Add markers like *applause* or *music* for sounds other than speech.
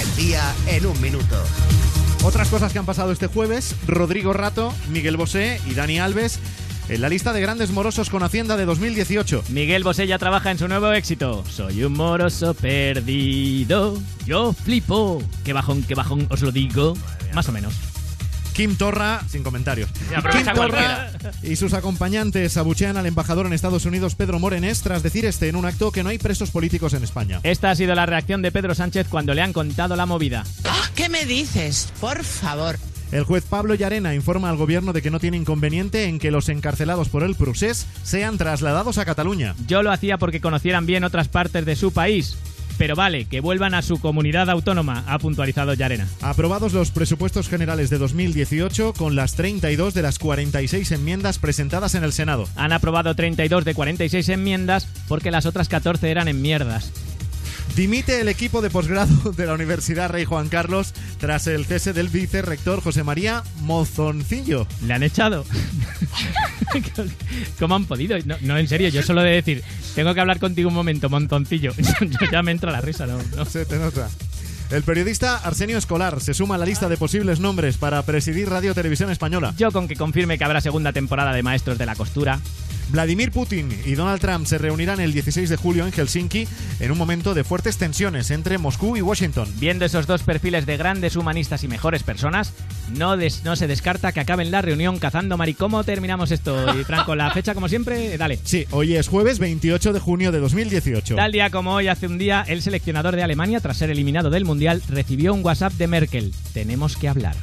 El día en un minuto. Otras cosas que han pasado este jueves, Rodrigo Rato, Miguel Bosé y Dani Alves en la lista de grandes morosos con Hacienda de 2018. Miguel Bosé ya trabaja en su nuevo éxito. Soy un moroso perdido. Yo flipo. Qué bajón, qué bajón, os lo digo. Más o menos. Kim Torra, sin comentarios. Kim aprovecha Torra y sus acompañantes abuchean al embajador en Estados Unidos, Pedro Morenés, tras decir este en un acto que no hay presos políticos en España. Esta ha sido la reacción de Pedro Sánchez cuando le han contado la movida. Ah, ¿Qué me dices? Por favor. El juez Pablo Llarena informa al gobierno de que no tiene inconveniente en que los encarcelados por el procés sean trasladados a Cataluña. Yo lo hacía porque conocieran bien otras partes de su país. Pero vale, que vuelvan a su comunidad autónoma, ha puntualizado Yarena. Aprobados los presupuestos generales de 2018 con las 32 de las 46 enmiendas presentadas en el Senado. Han aprobado 32 de 46 enmiendas porque las otras 14 eran en mierdas. Dimite el equipo de posgrado de la Universidad Rey Juan Carlos tras el cese del vicerrector José María Mozoncillo. Le han echado. *laughs* ¿Cómo han podido? No, no, en serio, yo solo de decir, tengo que hablar contigo un momento, montoncillo. *laughs* Yo ya me entra la risa, ¿no? no. Se te nota. El periodista Arsenio Escolar se suma a la lista de posibles nombres para presidir Radio Televisión Española. Yo con que confirme que habrá segunda temporada de Maestros de la Costura. Vladimir Putin y Donald Trump se reunirán el 16 de julio en Helsinki en un momento de fuertes tensiones entre Moscú y Washington. Viendo esos dos perfiles de grandes humanistas y mejores personas, no, des- no se descarta que acaben la reunión cazando Mari. ¿Cómo terminamos esto? Y Franco, la fecha como siempre, dale. Sí, hoy es jueves 28 de junio de 2018. Tal día como hoy, hace un día, el seleccionador de Alemania, tras ser eliminado del Mundial, recibió un WhatsApp de Merkel. Tenemos que hablar.